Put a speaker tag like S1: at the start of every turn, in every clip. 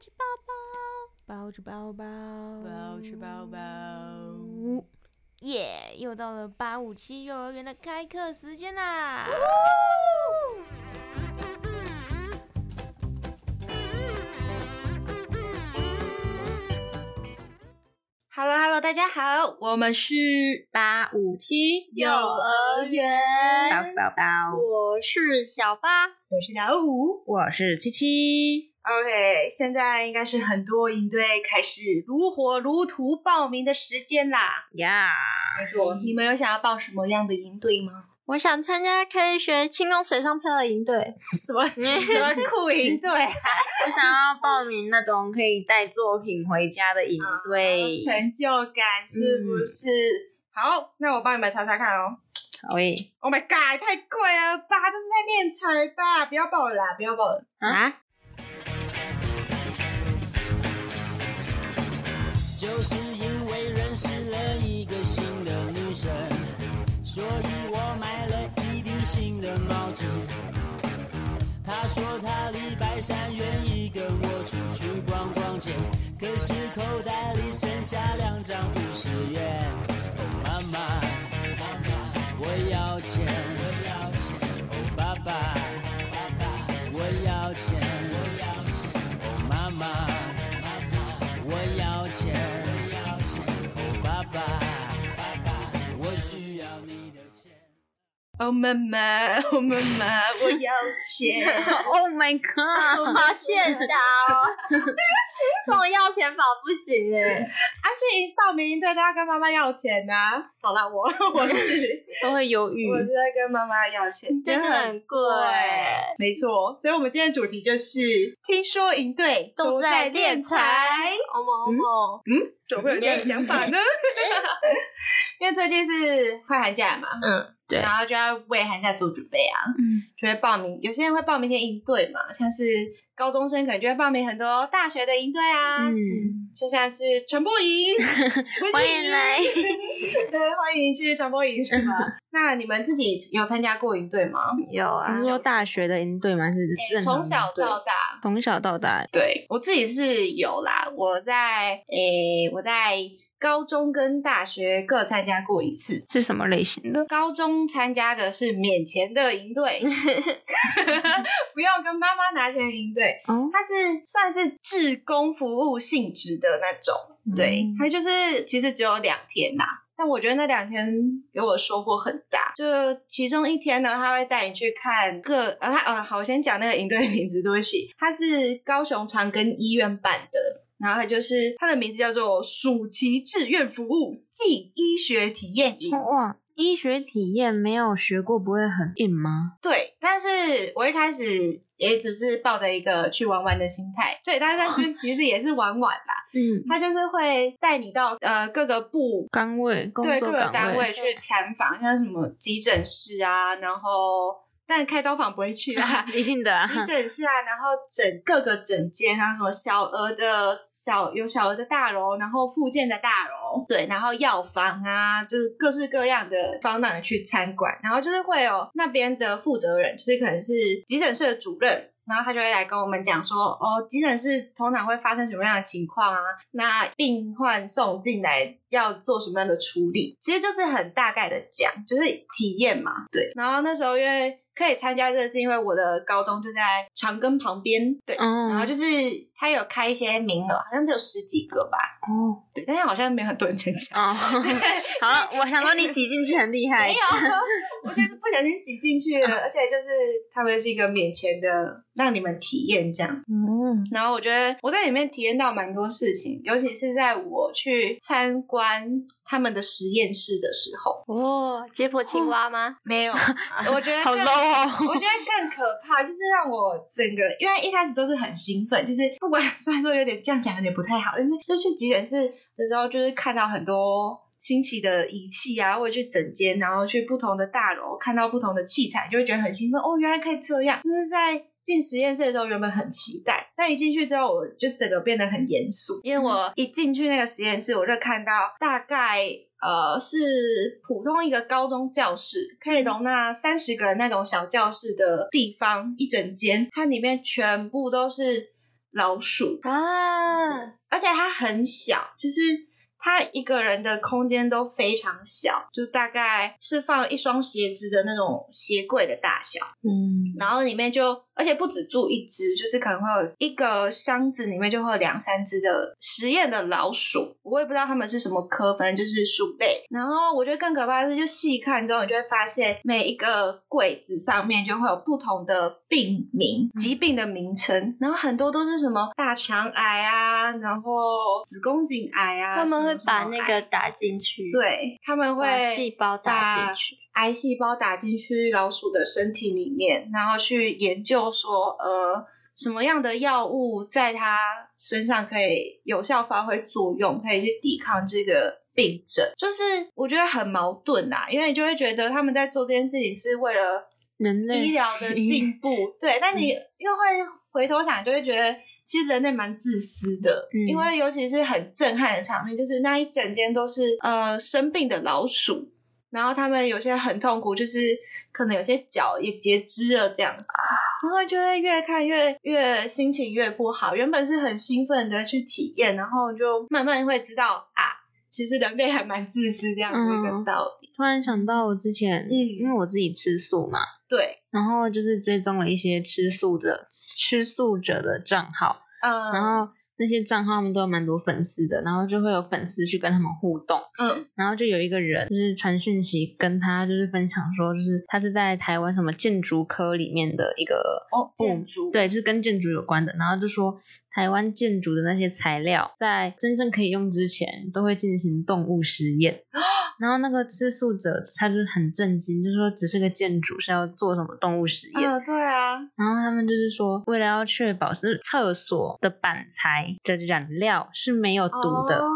S1: 吃包包，包吃包包，
S2: 包吃包包。
S1: 耶！又到了八五七幼儿园的开课时间啦！
S3: Hello Hello，大家好，我们是
S1: 八五七
S3: 幼儿园，
S1: 包包包，
S3: 我是小八，我是小五。
S1: 我是七七。
S3: OK，现在应该是很多营队开始如火如荼报名的时间啦。
S1: 呀、
S3: 没错，你们有想要报什么样的营队 吗？
S4: 我想参加可以学轻功水上漂的营队，
S3: 什么什么酷营 队啊？
S1: 我想要报名那种可以带作品回家的营队。
S3: 成就感是不是？好，那我帮你们查查看哦。
S1: 我也
S3: Oh my god，太贵了吧！这是在练财吧？不要报了啦，不要报了。
S1: 啊，
S5: 就是因为认识了一个新的女生，所以我买了一顶新的帽子。她说她礼拜三愿意跟我出去逛逛街，可是口袋里剩下两张五十元。哦，妈妈，妈妈，我要钱，我要钱。哦，爸爸，爸爸，我要钱，我要钱。哦，妈妈，妈妈。我要钱，我要钱，哦，爸爸，爸爸，我需要你的钱。
S3: 哦妈妈，哦妈妈，我要钱。
S4: Oh my god！好欠打哦， 这种要钱法不行哎，
S3: 啊，所以报名队都要跟妈妈要钱呐、好啦，我我是
S1: 都会犹豫。
S3: 我是在跟妈妈要钱，
S4: 嗯就是
S3: 也
S4: 很贵。
S1: 嗯
S3: 没错，所以我们今天的主题就是听说营队
S4: 都在练
S3: 财
S4: 财，哦么哦么，
S3: 怎么会有这样的想法呢？ 因为最近是快寒假了嘛，
S4: 嗯，
S1: 对
S3: 然后就要为寒假做准备啊，
S4: 嗯，
S3: 就会报名，有些人会报名一些营队嘛，像是高中生可能就会报名很多大学的营队啊，
S1: 嗯，
S3: 就像是传播 营，
S4: 欢迎来，
S3: 对，欢迎去传播营是吗？ 那你们自己有参加过营队吗？
S4: 有啊
S1: 你是说大学的营队吗？还是任何
S3: 从小
S1: 营队
S3: 到大，
S1: 从小到大
S3: 对我自己是有啦。我在诶，我在高中跟大学各参加过一次。
S1: 是什么类型的？
S3: 高中参加的是免钱的营 队，不用跟妈妈拿钱的营队，
S1: 哦，
S3: 它是算是志工服务性质的那种。对
S1: 嗯，
S3: 它就是其实只有两天呐、但我觉得那两天给我收获很大。就其中一天呢，他会带你去看各呃，他呃，好，我先讲那个营队的名字，对不起，它是高雄长庚医院办的。然后它就是它的名字叫做“暑期志愿服务暨医学体验营”，
S1: 哇，医学体验没有学过不会很硬吗？
S3: 对，但是我一开始也只是抱着一个去玩玩的心态，对，但是它其实其实也是玩玩 啦，
S1: 嗯，
S3: 它就是会带你到呃各个部。
S1: 岗位工
S3: 对各
S1: 作
S3: 个
S1: 岗
S3: 单位去参访，像什么急诊室啊，然后但开刀房不会去啦
S1: ，一定的啊，
S3: 急诊室啊，然后整各个诊间啊，什么小儿的小有小儿的大楼，然后附件的大楼，对，然后药房啊，就是各式各样的方让你去参观，然后就是会有那边的负责人，就是可能是急诊室的主任。然后他就会来跟我们讲说，哦，急诊室通常会发生什么样的情况啊？那病患送进来要做什么样的处理？其实就是很大概的讲，就是体验嘛，对。然后那时候因为可以参加这个，是因为我的高中就在长庚旁边，对。
S1: 哦，
S3: 然后就是他有开一些名额，好像只有十几个吧，
S1: 哦
S3: 对，但是好像没有很多人参加。
S1: 哦，好，我想说你挤进去很厉害
S3: 没，有， 我就是不小心挤进去了，
S1: 嗯
S3: 而且就是他们是一个免钱的，让你们体验这样。
S1: 嗯，
S3: 然后我觉得我在里面体验到蛮多事情，尤其是在我去参观他们的实验室的时候，
S4: 哦，解剖青蛙吗？
S3: 没 有，我觉得
S1: 好
S3: 更
S1: low
S3: 我
S1: 哦，
S3: 觉得更可怕，就是让我整个，因为一开始都是很兴奋，就是不管 虽然说有点这样讲有点不太好，但是就去急诊室的时候，就是看到很多新奇的仪器啊，或者去整间，然后去不同的大楼看到不同的器材，就会觉得很兴奋。哦，原来可以这样，就是在。进实验室的时候原本很期待，但一进去之后我就整个变得很严肃，因为我一进去那个实验室，我就看到大概呃，是普通一个高中教室，可以容纳三十个人那种小教室的地方，一整间，它里面全部都是老鼠，
S4: 啊，
S3: 而且它很小，就是它一个人的空间都非常小，就大概是放一双鞋子的那种鞋柜的大小。
S4: 嗯，
S3: 然后里面就，而且不止住一只，就是可能会有一个箱子里面就会有两三只的实验的老鼠，我也不知道它们是什么科，反正就是鼠类。然后我觉得更可怕的是，就细看之后，你就会发现每一个柜子上面就会有不同的病名、疾病的名称，然后很多都是什么大肠癌啊，然后子宫颈癌啊，
S4: 他们会
S3: 什么什么
S4: 把
S3: 癌
S4: 那个打进去，，
S3: 对，他们
S4: 把
S3: 会
S4: 细胞打进去。
S3: 癌细胞打进去老鼠的身体里面，然后去研究说，呃，什么样的药物在它身上可以有效发挥作用，可以去抵抗这个病症。就是我觉得很矛盾啊，因为你就会觉得他们在做这件事情是为了
S1: 人
S3: 医
S1: 类
S3: 疗的进步，对，
S1: 嗯
S3: 但你又会回头想，就会觉得。其实人类蛮自私的，
S1: 嗯
S3: 因为尤其是很震撼的场面，就是那一整间都是呃生病的老鼠，然后他们有些很痛苦，就是可能有些脚也截肢了这样子，
S1: 啊
S3: 然后就会越看越越心情越不好。原本是很兴奋的去体验，然后就慢慢会知道啊，其实人类还蛮自私这样的一个
S1: 嗯
S3: 道理。
S1: 突然想到我之前，因为我自己吃素嘛，
S3: 对，
S1: 然后就是追踪了一些吃素的吃素者的账号，
S3: 嗯，
S1: 然后那些账号他们都有蛮多粉丝的，然后就会有粉丝去跟他们互动，
S3: 嗯
S1: 然后就有一个人就是传讯息跟他就是分享说，就是他是在台湾什么建筑科里面的一个
S3: 哦
S1: 部
S3: 建筑
S1: 对，是跟建筑有关的，然后就说台湾建筑的那些材料在真正可以用之前都会进行动物实验，
S3: 啊
S1: 然后那个吃素者他就是很震惊，就说只是个建筑是要做什么动物实验，
S3: 嗯，对啊，
S1: 然后他们就是说，为了要确保是厕所的板材的染料是没有毒的，
S3: 哦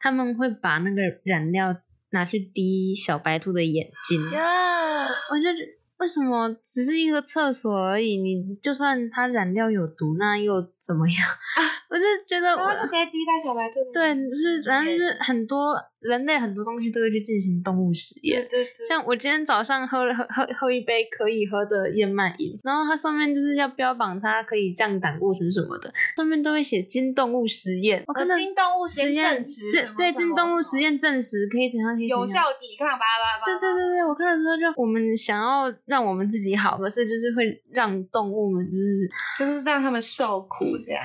S1: 他们会把那个染料拿去滴小白兔的眼睛。
S3: 嗯
S4: 呀，
S1: 我就觉为什么只是一个厕所而已？你就算它染料有毒，那又怎么样？ 我就觉得
S3: 啊然
S1: 我
S3: 后是直接滴到小白兔的
S1: 对
S3: 脸上，
S1: 是反正是很多人类很多东西都会去进行动物实验
S3: 对。对对，
S1: 像我今天早上喝了喝喝喝一杯可以喝的燕麦饮，然后它上面就是要标榜它可以降胆固醇什么的，上面都会写经动物实验。我
S3: 呃
S1: 看到
S3: 经动物实
S1: 实验
S3: 证实
S1: 这
S3: 什么
S1: 对
S3: 什
S1: 经
S3: 么
S1: 动
S3: 什么
S1: 物实验证实可以怎样可以
S3: 有
S1: 怎样
S3: 效抵抗，巴拉巴拉。
S1: 对对对对，我看的时候就我们想要让我们自己好，可是就是会让动物们就是
S3: 就是让他们受苦这样。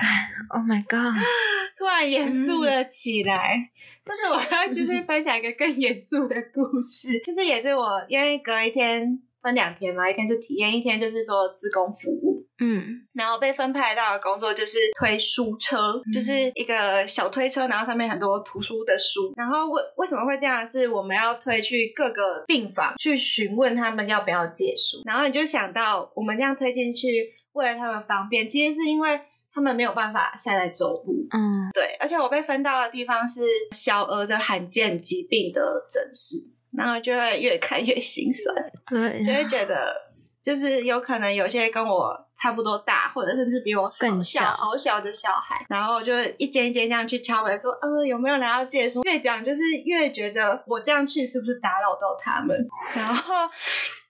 S1: Oh my God，
S3: 突然严肃了起来。嗯但是我要就是分享一个更严肃的故事， 就是也是我因为隔一天分两天嘛，一天是体验，一天就是做自工服务。
S1: 嗯
S3: 然后被分派到的工作就是推书车，就是一个小推车，然后上面很多图书的书。然后为为什么会这样？是我们要推去各个病房去询问他们要不要借书。然后你就想到我们这样推进去，为了他们方便，其实是因为他们没有办法下来走路。
S1: 嗯
S3: 对，而且我被分到的地方是小儿的罕见疾病的诊室，然后就会越看越心酸，
S1: 对
S3: 就，会觉得就是有可能有些跟我差不多大，或者甚至比我
S1: 更
S3: 小
S1: 小
S3: 好小的小孩，然后就一间一间这样去敲门说，呃，有没有人要借书？越讲就是越觉得我这样去是不是打扰到他们？然后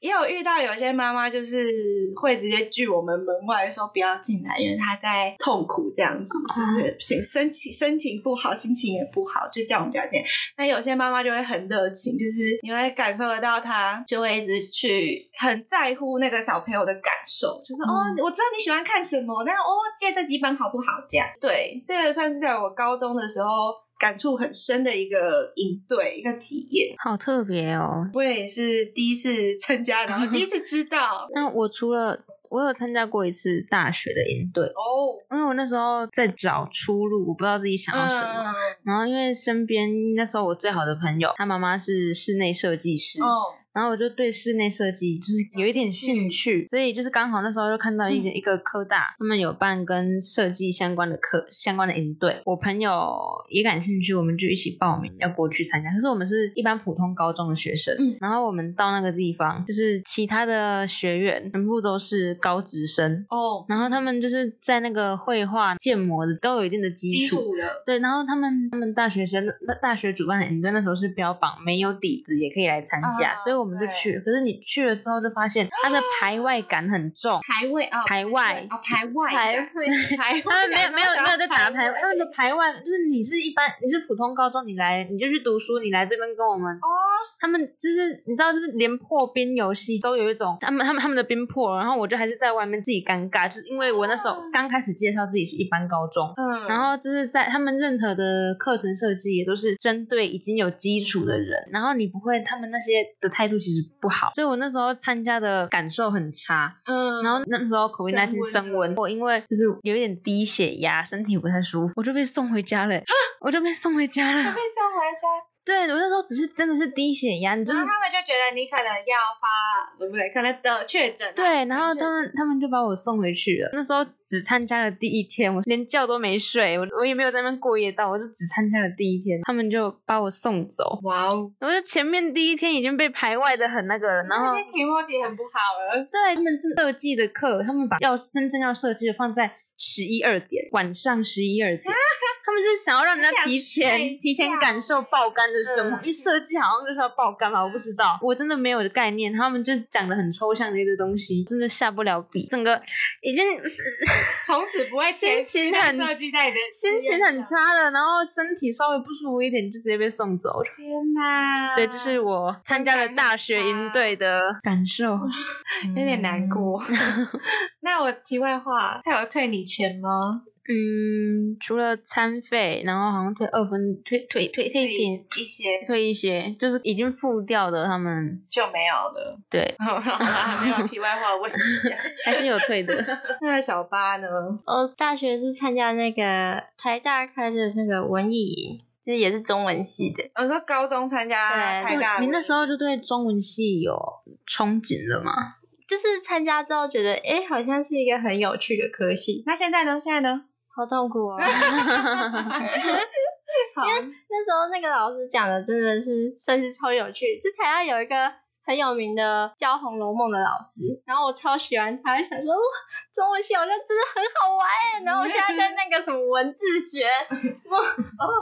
S3: 也有遇到有些妈妈就是会直接拒我们门外说不要进来，因为她在痛苦这样子，就是心身体身体不好，心情也不好，就叫我们不要进来。那有些妈妈就会很热情，就是你会感受得到她就会一直去很在乎那个小朋友的感受，就是、
S1: 嗯
S3: 哦，我知道你喜欢看什么，那哦借这几本好不好？这样对，这个算是在我高中的时候感触很深的一个应对一个体验。
S1: 好特别哦。
S3: 我也是第一次参加，然后第一次知 道
S1: 那我除了我有参加过一次大学的营队，
S3: 哦，
S1: 因为我那时候在找出路，我不知道自己想要
S3: 嗯
S1: 什么。然后因为身边那时候我最好的朋友，他妈妈是室内设计师，
S3: 哦，
S1: 然后我就对室内设计就是有一点兴趣，所以就是刚好那时候就看到一
S3: 嗯
S1: 个、一个科大，他们有办跟设计相关的课相关的营队，我朋友也感兴趣，我们就一起报名要过去参加。可是我们是一般普通高中的学生，
S3: 嗯
S1: 然后我们到那个地方，就是其他的学员全部都是高职生。
S3: 哦，
S1: 然后他们就是在那个绘画建模的都有一定的基
S3: 基
S1: 础，
S3: 础的，
S1: 对，然后他们他们大学生那大学主办的营队那时候是标榜没有底子也可以来参加，
S3: 啊
S1: 所以我们就
S3: 对，
S1: 去，可是你去了之后就发现它的排外感很重
S3: 排位啊，
S1: 排外
S3: 啊，排外
S4: 才
S3: 感，
S4: 会
S3: 排外感，
S1: 他们没有没有
S3: 然后
S1: 没有在打
S3: 排
S1: 排，
S3: 位
S1: 他们的排外就是你是一般你是普通高中，你来你就去读书，你来这边跟我们，
S3: 哦，
S1: 他们就是你知道就是连破冰游戏都有一种他们他们他们的冰破，然后我就还是在外面自己尴尬，就是因为我那时
S3: 啊
S1: 候刚开始介绍自己是一般高中，
S3: 嗯，
S1: 然后就是在他们任何的课程设计也都是针对已经有基础的人，然后你不会他们那些的态度其实不好，所以我那时候参加的感受很差。
S3: 嗯，
S1: 然后那时候口味那天
S3: 升
S1: 升
S3: 温
S1: 温，我因为就是有一点低血压，身体不太舒服，我就被送回家了， 我就被送回家
S3: 就
S1: 了
S3: 被。送回家，
S1: 对我那时候只是真的是低血压，你就
S3: 然
S1: 是
S3: 后他们就觉得你可能要发，不对，可能得确诊啊，
S1: 对，然后
S3: 确诊
S1: 他们他们就把我送回去了。那时候只参加了第一天，我连觉都没睡，我我也没有在那边过夜到，我就只参加了第一天，他们就把我送走。
S3: 哇哦，
S1: 我就前面第一天已经被排外的很那个了， 然后
S3: 那题目题很不好了，
S1: 对他们是设计的课，他们把要真正要设计的放在十一二点，晚上十一二 点，他们就是想要让人家
S3: 想
S1: 提
S3: 睡
S1: 前提前
S3: 觉
S1: 感受爆肝的生活，
S3: 嗯
S1: 因为设计好像就是要爆肝嘛，我不知道，我真的没有概念，他们就是讲的很抽象的一堆东西，真的下不了笔，整个已经是
S3: 从此不会
S1: 心情很
S3: 设计在你的
S1: 心情很
S3: 差，
S1: 差了，然后身体稍微不舒服一点就直接被送走，
S3: 天哪，
S1: 对，就是我参加了大学营队的感受，
S3: 有点难过。
S1: 嗯
S3: 那我题外话，他有退你钱吗？
S1: 嗯。嗯，除了餐费，然后好像退二分，退退退退一点，
S3: 一些
S1: 退一些，就是已经付掉的，他们
S3: 就没有了。
S1: 对
S3: 好啦，没有题 外话问一下。
S1: 还是有退 的。
S3: 那小八呢？
S4: 我哦大学是参加那个台大开的那个文艺营，就是也是中文系的。
S3: 我说高中参加
S4: 对
S3: 台大文，
S1: 你那时候啊就对中文系有憧憬了吗？
S4: 就是参加之后觉得，哎、好像是一个很有趣的科系，
S3: 那现在呢？现在呢？
S4: 好痛 苦哦。
S3: 好，
S4: 那时候那个老师讲的真的是算是超有趣，就台大有一个很有名的教《红楼梦》的老师，然后我超喜欢他，想说哦，中文系好像真的很好玩哎。然后我现在在那个什么文字学，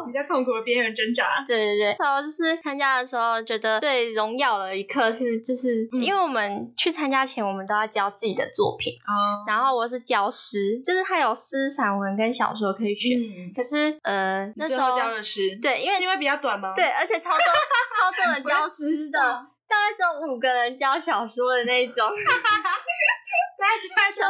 S3: 你在痛苦的边缘挣扎。
S4: 对对对，然后就是参加的时候觉得最荣耀的一刻是，就是、
S3: 嗯
S4: 因为我们去参加前我们都要交自己的作品，
S3: 哦，
S4: 然后我是交诗，就是它有诗、散文跟小说可以选，
S3: 嗯，
S4: 可是呃那
S3: 你最
S4: 时
S3: 后
S4: 候
S3: 教的是，
S4: 对，因为
S3: 是因为比较短吗？
S4: 对，，而且超多超多人
S3: 我要
S4: 教诗
S3: 知
S4: 的，
S3: 道
S4: 大概只有五个人教小说的那一种，
S3: 大家就觉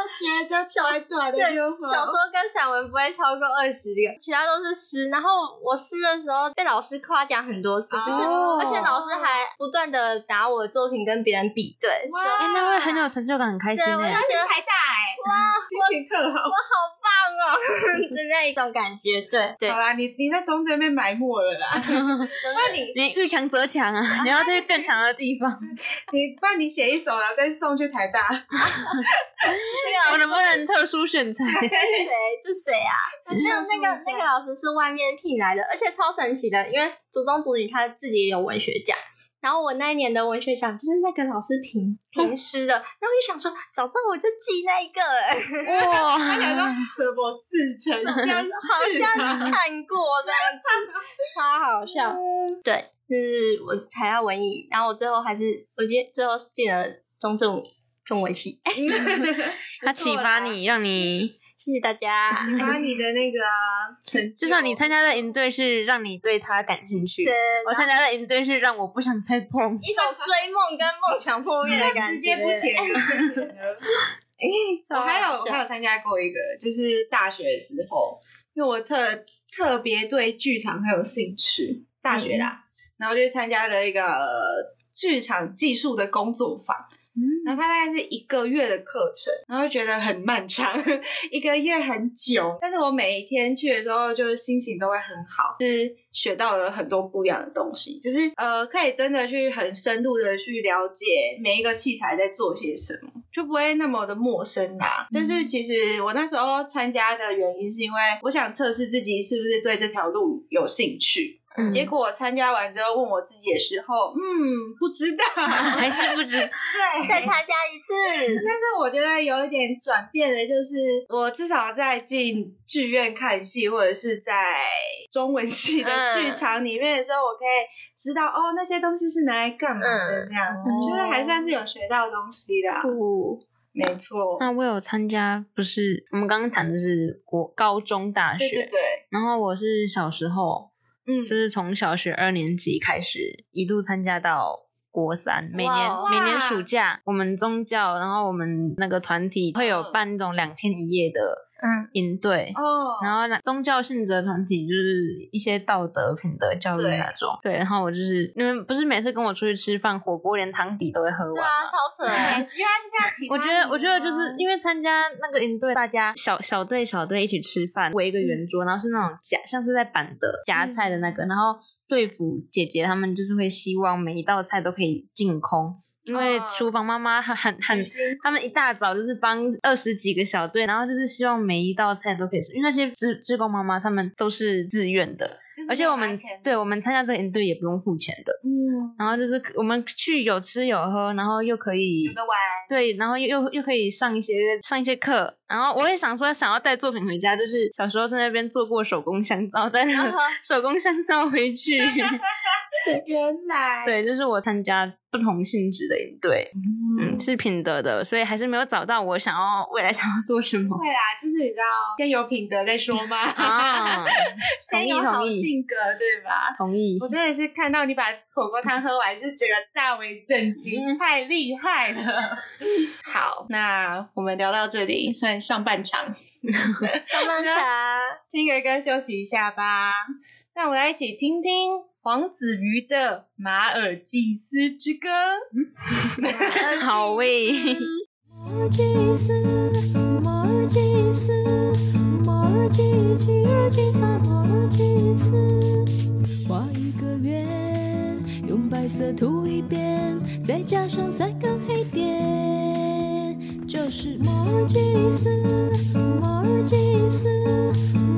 S3: 得短短的
S4: 对，
S3: 就好
S4: 小说跟散文不会超过二十个，其他都是诗。然后我诗的时候被老师夸奖很多次，就是、
S3: 哦
S4: 而且老师还不断的拿我的作品跟别人比对，
S3: 哇
S4: 说
S1: 哎、那会很有成就感，很开心
S4: 啊对，我就
S1: 哎、
S4: 觉得
S3: 台大哎，
S4: 哇，
S3: 心情特好
S4: 我。好棒 哦的那一种感觉，对对
S3: 好，啦，你你在中间被埋没了啦。那你
S1: 你遇强则强啊，你要去更强的地方。
S3: 啊你帮你写一首，然后再送去台大，啊
S4: 这
S1: 我
S4: 个
S1: 能不能特殊选材？
S4: 这是谁？这是谁啊？没有 那 个那个老师是外面聘来的，而且超神奇的，因为祖宗祖女他自己也有文学奖。然后我那一年的文学奖就是那个老师评评诗的，然后我就想说，早知道我就记那一个了，
S1: 哇，
S3: 他想说什么似曾 相 识，
S4: 好啊
S3: 啊
S4: 像啊看过这样子，超好笑。对，就是我台大文艺，然后我最后还是我今最后进了中正中文系，
S1: 他启发你，让你
S4: 谢谢大家。
S3: 把你 的那个成就，
S1: 至少你参加的营队是让你对他感兴趣
S4: 对，，
S1: 我参加的营队是让我不想再 碰。
S4: 一种追梦跟梦想破灭的感觉，
S3: 直接不填就不填 了。我
S4: 超好
S3: 还有我
S4: 笑
S3: 还有参加过一个，就是大学的时候，因为我特特别对剧场很有兴趣，大学啦，然后就参加了一个呃剧场技术的工作坊。然后它大概是一个月的课程，然后就觉得很漫长，一个月很久。但是我每一天去的时候，就是心情都会很好，就是学到了很多不一样的东西，就是呃，可以真的去很深入的去了解每一个器材在做些什么，就不会那么的陌生啦、但是其实我那时候参加的原因是因为我想测试自己是不是对这条路有兴趣。
S1: 嗯
S3: 结果我参加完之后问我自己的时候，嗯，不知道，
S1: 还是不知，
S3: 对，
S4: 再参加一次。
S3: 但是我觉得有一点转变的，就是我至少在进剧院看戏，或者是在中文系的
S4: 嗯
S3: 剧场里面的时候，我可以知道哦那些东西是拿来干嘛的这样，
S4: 嗯
S3: 觉得还算是有学到东西的啊、
S1: 哦
S4: 不，
S3: 没错，
S1: 那我有参加，不是我们刚刚谈的是国高中大学，
S3: 对对对，
S1: 然后我是小时候，
S3: 嗯
S1: 就，是从小学二年级开始，一路参加到国三，每年
S4: 哇
S1: 每年暑假，我们宗教，然后我们那个团体会有办那种两天一夜的
S4: 哦嗯，
S1: 营队。
S3: 哦，
S1: 然后呢，宗教性质的团体就是一些道德品德教育
S3: 对
S1: 那种，对。然后我就是，你们不是每次跟我出去吃饭，火锅连汤底都会喝完
S4: 对
S1: 吗？
S4: 啊，超扯
S3: 对，原来是这样喜欢
S1: 我觉得，我觉得就是
S3: 你
S1: 因为参加那个营队，大家小小队小队一起吃饭，围一个圆
S3: 嗯
S1: 桌，然后是那种夹，像是在板的夹菜的那个，然后队服姐姐她们就是会希望每一道菜都可以净空，因为
S3: 哦
S1: 厨房妈妈很很很
S3: 很辛苦
S1: 他们一大早就是帮二十几个小队，然后就是希望每一道菜都可以吃，因为那些职职工妈妈她们都是自愿的，
S3: 就是
S1: 而且我
S3: 拿
S1: 们
S3: 钱
S1: 对我们参加这个营队也不用付钱的，
S3: 嗯，
S1: 然后就是我们去有吃有喝，然后又可以
S3: 有的玩，
S1: 对，然后又又又可以上一些上一些课，然后我也想说想要带作品回家，就是小时候在那边做过手工香皂，带
S3: 啊
S1: 那个手工香皂回 去。
S3: 原来，
S1: 对，就是我参加不同性质的营队，嗯，
S3: 嗯，
S1: 是品德的，所以还是没有找到我想要未来想要做什么
S3: 会啦，就是你知道，先有品德再说 嘛，
S1: 啊。同
S3: 先
S1: 意
S3: 有好
S1: 同意
S3: 性格，对吧？
S1: 同意
S3: 我，真的是看到你把火锅汤喝完，就是整个大为震惊，太厉害 了。好，那我们聊到这里，算上半场，
S4: 上半场，
S3: 听个歌休息一下吧。那我们来一起听听黄子瑜的《马尔济斯之歌》。
S1: 好喂。
S2: 摩尔济斯，摩尔济斯，摩尔济吉日吉萨摩尔济斯。画一个圆，用白色涂一遍，再加上三个黑点，就是摩尔济斯，摩尔济斯，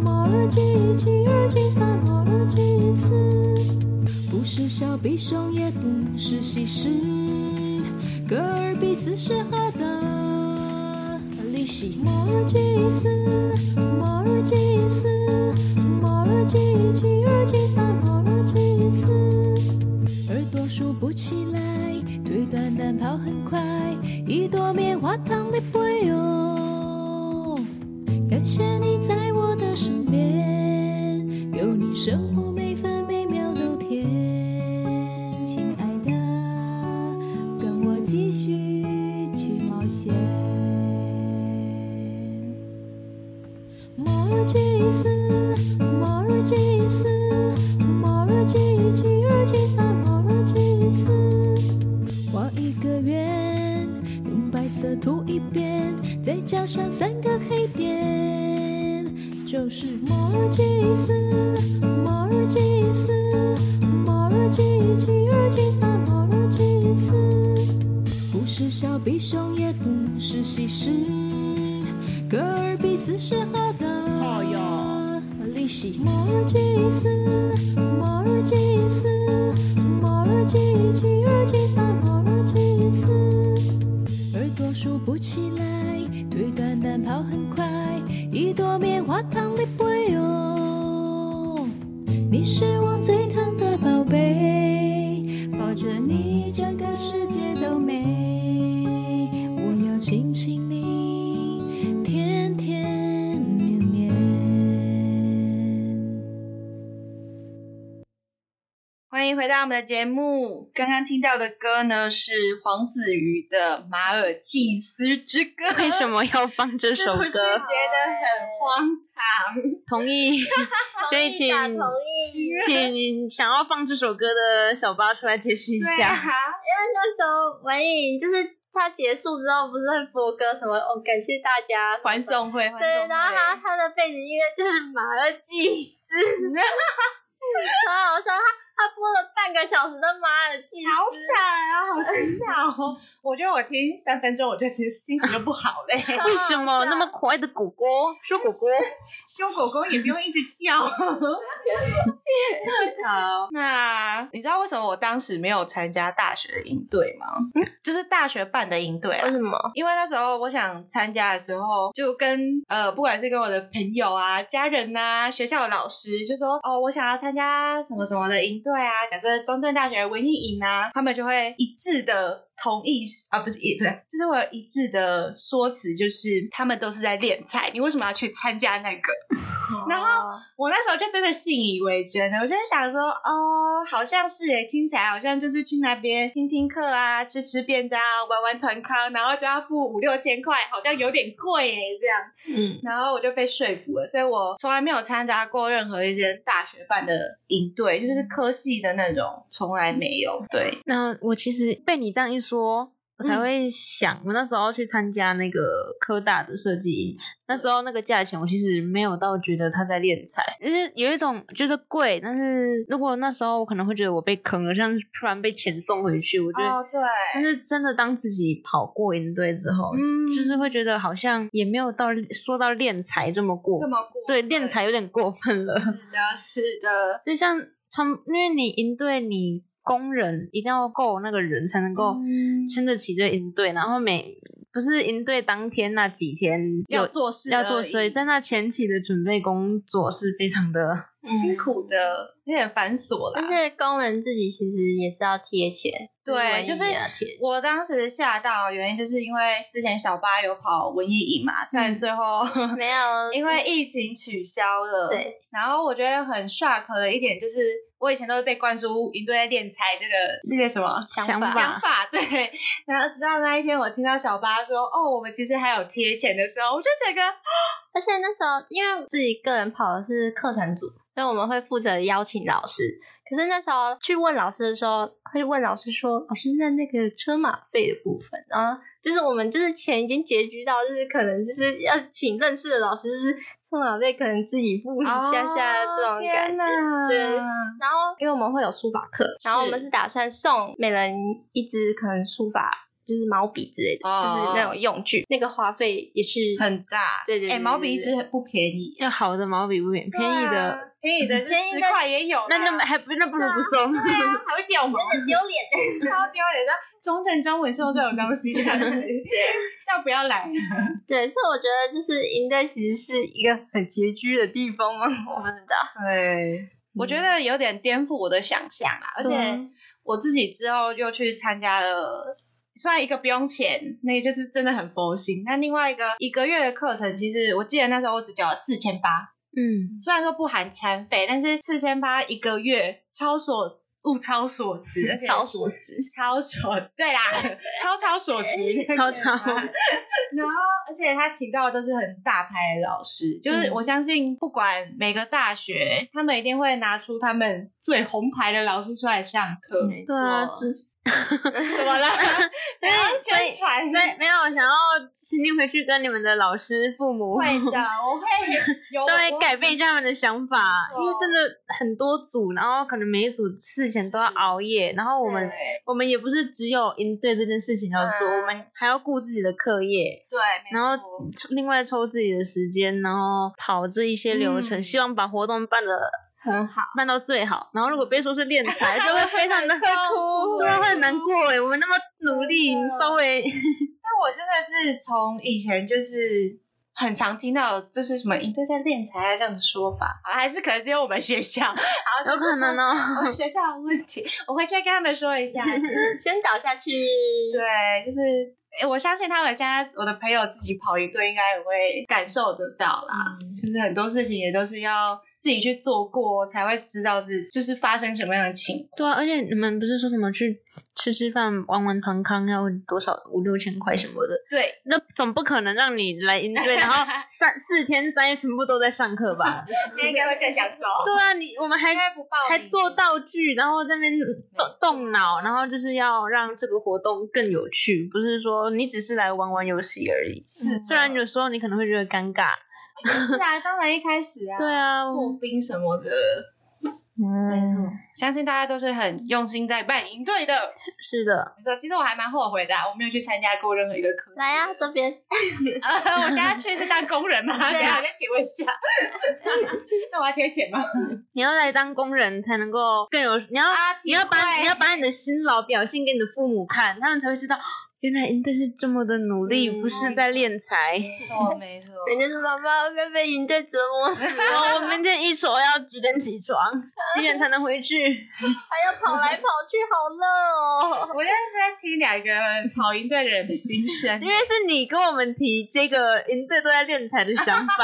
S2: 摩尔济吉日吉萨摩尔济斯。不是小比熊，也不是西施。戈尔比斯是哈的利息。摩尔济斯，摩尔济斯，摩尔济吉尔吉萨摩尔济斯。耳朵竖不起来，腿短但跑很快，一朵棉花糖的不哟。感谢你在我的身边，有你生活每分每秒都甜。亲爱的，跟我继续去冒险。摩尔济斯，摩尔济斯，摩尔济吉尔吉萨摩尔济斯。画一个圆，用白色涂一遍，再加上三个黑点，就是摩尔济斯，摩尔济斯，摩尔济吉尔吉萨摩尔济斯。不是小比熊，也不是西施，戈尔比斯是哈的利息。摩尔济斯，摩尔济斯，摩尔济吉尔吉萨摩尔济斯。耳朵竖不起来，腿短但跑很快，一朵棉花糖的不哟。你是我最疼的宝贝，抱着你整个世界都美。我要亲亲你，天天年年。
S3: 欢迎回到我们的节目。刚刚听到的歌呢是黄子瑜的《马尔济斯之歌》，
S1: 为什么要放这首
S3: 是不是觉得
S1: 歌？
S3: 很荒唐？
S1: 同意，所以
S4: 同意
S1: 请
S4: 打同意。
S1: 请想要放这首歌的小八出来解释一
S3: 对
S1: 下。
S3: 啊，
S4: 那时候文颖就是他结束之后不是会播歌什么哦，感谢大家什么
S3: 欢
S4: 什么。
S3: 送会，欢
S4: 对，
S3: 送
S4: 然后他
S3: 会。
S4: 他的背景音乐就是马尔济斯，超好笑。他他播了半个小时的妈的技
S3: 好
S4: 师，
S3: 惨啊，好心疼哦！ 我觉得我听三分钟，我就其实心情就不好嘞。
S1: 为什么那么
S3: 啊
S1: 可爱的狗狗说狗狗？
S3: 修狗狗也不用一直叫。好，那你知道为什么我当时没有参加大学的营队吗？就是大学办的营队啦
S4: 为。什么？
S3: 因为那时候我想参加的时候，就跟呃，不管是跟我的朋友啊、家人呐、学校的老师，就说哦，我想要参加什么什么的营队啊，假设中正大学文艺营啊，他们就会一致的同意啊，不是一不对，就是会有一致的说辞，就是他们都是在练菜，你为什么要去参加那个？ 然后我那时候就真的信以为真了，我就想说，哦，好像是诶，听起来好像就是去那边听听课啊，吃吃便当，玩玩团康，然后就要付五六千块，好像有点贵诶，这样。
S1: 嗯，
S3: 然后我就被说服了，所以我从来没有参加过任何一间大学办的营队，就是科系的那种，从来没有。对，
S1: 那我其实被你这样一说。我
S3: 嗯
S1: 才会想，我那时候去参加那个科大的设计营，那时候那个价钱，我其实没有到觉得他在敛财，就是有一种觉得贵，但是如果那时候我可能会觉得我被坑了，像是突然被钱送回去，我觉得。
S3: 哦，对，
S1: 但是真的当自己跑过营队之后，
S3: 嗯
S1: 就是会觉得好像也没有到说到敛财这么过，
S3: 这么过
S1: 对
S3: 分
S1: 敛财有点过分了。
S3: 是的，是的，
S1: 就像从，因为你营队你工人一定要够那个人才能
S3: 嗯
S1: 够撑得起这个营队，然后每不是营队当天那几天有
S3: 要做事
S1: 要做，
S3: 而
S1: 所
S3: 已
S1: 以在那前期的准备工作是非常的，
S3: 辛苦的，有点繁琐啦
S4: 而。且工人自己其实也是要贴钱，
S3: 对
S4: 就是
S3: 就是
S4: 文艺也要贴钱。
S3: 我当时吓到的原因就是因为之前小八有跑文艺营嘛，虽然最后
S4: 嗯没有，
S3: 因为疫情取消了，
S4: 对，
S3: 然后我觉得很 shock 的一点就是，我以前都是被灌输营队在练财这个这个什么
S1: 想法
S3: 想法，对。然后直到那一天我听到小八说，哦，我们其实还有贴钱的时候，我就整个
S4: 而且那时候因为自己个人跑的是课程组，所以我们会负责邀请老师。可是那时候去问老师的时候，会问老师说：“老师，那那个车马费的部分，然后就是我们就是钱已经拮据到，就是可能就是要请认识的老师，就是车马费可能自己付一下下嗯
S3: 哦
S4: 这种感觉。
S3: 觉
S4: 对然后因为我们会有书法课，然后我们是打算送每人一支可能书法就是毛笔之类的，
S3: 哦
S4: 就是那种用具，那个花费也是
S3: 很大，
S4: 对对对
S3: 哎，
S4: 对
S3: 毛笔一
S4: 对
S3: 支不便宜，
S1: 要好的毛笔不便宜便宜
S3: 对
S1: 的，
S3: 啊，便宜的就
S4: 嗯便宜
S3: 十
S4: 的
S3: 块也有啦，
S1: 那那么还不那不如不送。
S3: 对啊，还会掉毛。
S4: 很丢脸。
S3: 超丢脸的，中正中文秀这种东西这样子，笑不要来。
S4: 对，所以我觉得就是营队其实是一个很拮据的地方吗？ 我不知道。
S3: 对，我觉得有点颠覆我的想象啦，而且我自己之后又去参加了。虽然一个不用钱，那个就是真的很佛心。那另外一个一个月的课程，其实我记得那时候我只交了四千八，
S1: 嗯，
S3: 虽然说不含餐费，但是四千八一个月，超所物超所值，而且
S4: 超所值，
S3: 超所对啦，超超所值，
S1: 超超
S3: 然后，而且他请到的都是很大牌的老师，就是
S1: 嗯
S3: 我相信，不管每个大学，他们一定会拿出他们最红牌的老师出来上课。
S4: 没
S1: 对啊，
S4: 错
S1: 是
S3: 怎么了？ 怎样宣传？
S1: 没没有想要请你回去跟你们的老师、父母
S3: 会的，我会有
S1: 稍微改变一下他们的想法
S3: 没，错
S1: 因为真的很多组，然后可能每一组事前都要熬夜，然后我们
S3: 对
S1: 我们也不是只有应对这件事情要做，
S4: 嗯
S1: 我们还要顾自己的课业，
S3: 对，
S1: 然后
S3: 没错
S1: 另外抽自己的时间，然后跑这一些流程，
S3: 嗯
S1: 希望把活动办的
S4: 很好。
S1: 办到最好。然后如果被说是练财，就会非常的
S3: 会哭
S1: 对，会很难过哎，我们那么努力，
S3: 真的啊
S1: 稍微
S3: 但我真的是从以前就是。很常听到就是什么营队在练才啊这样的说法，啊还是可能只有我们学校，好
S1: 有可能
S3: 我
S1: 哦。
S3: 们学校的问题，我回去跟他们说一 下。
S4: 嗯宣导下去，
S3: 对，就是诶我相信他们现在我的朋友自己跑一队，应该也会感受得到啦。就是很多事情也都是要自己去做过，才会知道是就是发生什么样的情况。
S1: 对啊，而且你们不是说什么去吃吃饭、玩玩团康要多少五六千块什么的？
S3: 对，
S1: 那总不可能让你来应 对，然后三四天三夜全部都在上课吧？
S3: 那应该会更 想走。
S1: 对啊，你我们还
S3: 应该不报
S1: 还
S3: 名
S1: 做道具，然后在那边动动脑，然后就是要让这个活动更有趣，不是说你只是来玩玩游戏而已。
S3: 是，嗯
S1: 虽然有时候你可能会觉得尴尬，
S3: 是啊，当然一开始啊，
S1: 对，啊，
S3: 破冰什么的，没
S1: 嗯，
S3: 错，相信大家都是很用心在办营队的。
S1: 是的，
S3: 没错，其实我还蛮后悔的啊、我没有去参加过任何一个科系的。
S4: 来啊，这边
S3: 啊， 我现在去是当工人吗？
S4: 对啊
S3: 等一下我再请问一下。 那我要贴钱吗？
S1: 你要来当工人才能够更有，你要、
S3: 啊
S1: 你要把
S3: 体会
S1: 你要把你的辛劳表现给你的父母看，他们才会 知道原来营队是这么的努力，
S4: 嗯
S1: 不是在 敛财。
S3: 没错，没错。
S4: 人家说妈妈我要被营队折磨死，
S1: 然后我们今天一手要几点起床，几点才能回去？
S4: 还要跑来跑去，好 热哦。
S3: 我现在是在听两个跑营队的人的心声
S1: 因， 为是你跟我们提这个营队都在敛财的想 法，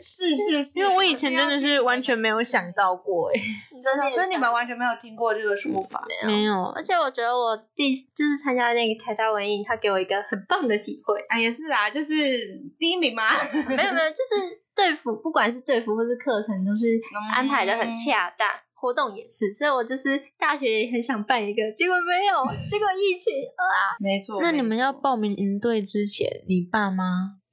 S3: 是是是
S1: 因为我以前真的是完全没有想到过哎、
S4: 你真的，
S3: 所以你们完全没有听过这个说法。
S1: 没有
S4: 而且我觉得我第就是参加那个台大文艺，他给我一个很棒的体会。
S3: 啊，也是啊，就是第一名嘛，
S4: 没有没有，就是队服，不管是队服或是课程，都是安排的很恰当，活动也是。所以我就是大学也很想办一个，结果没有，结果疫情啊，
S3: 没错。
S1: 那你们要
S3: 没错
S1: 报名营队之前，你爸妈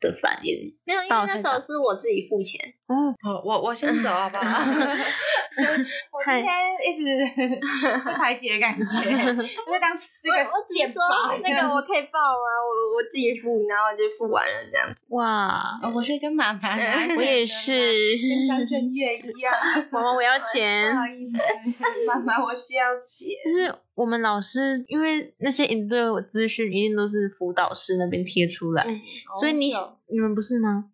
S1: 的反应？
S4: 没有，因为
S1: 抱
S4: 那
S1: 歉
S4: 时候是我自己付钱，
S3: 我哦我我先走好不好？ 我今天一直被排挤的感觉， 因为当这
S4: 我
S3: 个
S4: 我只
S3: 剑
S4: 说哦
S3: 拔
S4: 那个我可以报吗？我我自己付，然后我就付完了这样子。
S1: 哇，
S3: 哦我是跟妈妈拿钱
S4: 嗯
S3: 的嘛，
S1: 我也是，
S3: 跟张震岳一样。
S1: 妈妈我要
S3: 不好
S1: 钱。
S3: 意思，妈妈，我需要钱。
S1: 就是我们老师，因为那些营队的资讯一定都是辅导师那边贴出来，所以你
S3: 哦是哦
S1: 你们不是吗？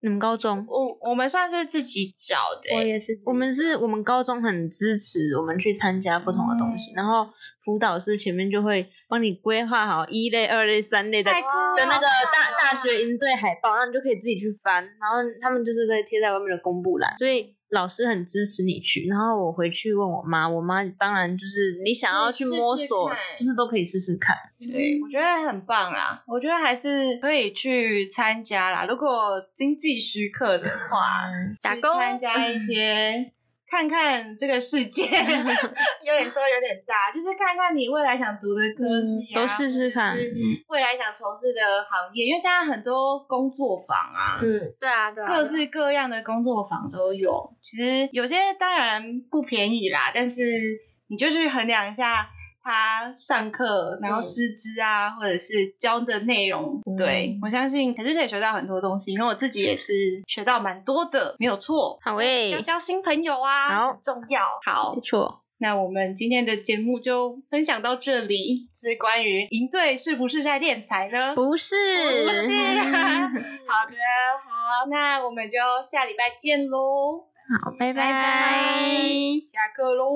S1: 你们高中？
S3: 我我们算是自己找的
S4: 我
S3: 欸，
S4: 也是，
S1: 我们是我们高中很支持我们去参加不同的东西，
S3: 嗯
S1: 然后辅导师前面就会帮你规划好一类、二类、三类的
S3: 太
S1: 的
S3: 酷了啊
S1: 那个大大学营队海报，那你就可以自己去翻，然后他们就是在贴在外面的公布栏，所以老师很支持你去。然后我回去问我妈，我妈当然就是你想要去
S3: 试试
S1: 摸索，
S3: 看
S1: 就是都可以试试看。
S3: 对，我觉得很棒啦，我觉得还是可以去参加啦。如果经济许可的话，
S4: 打
S3: 去
S4: 工
S3: 参加一些，看看这个世界，有点说有点大，就是看看你未来想读的科系、啊
S1: 嗯都试试看
S3: 或者是未来想从事的行业，因为现在很多工作坊啊，
S4: 嗯，对啊对啊，
S3: 各式各样的工作坊都有。其实有些当然不便宜啦，但是你就去衡量一下他上课，然后师资啊，或者是教的内容。对我相信还是可以学到很多东西，因为我自己也是学到蛮多的，没有错。
S1: 好诶、
S3: 交交新朋友啊，
S1: 好
S3: 很重要。好
S1: 不，错，
S3: 那我们今天的节目就分享到这里，是关于营队是不是在练财呢？
S1: 不是
S4: 嗯
S3: 不是，好的，好，那我们就下礼拜见喽，
S1: 好，拜
S3: 拜拜下课喽。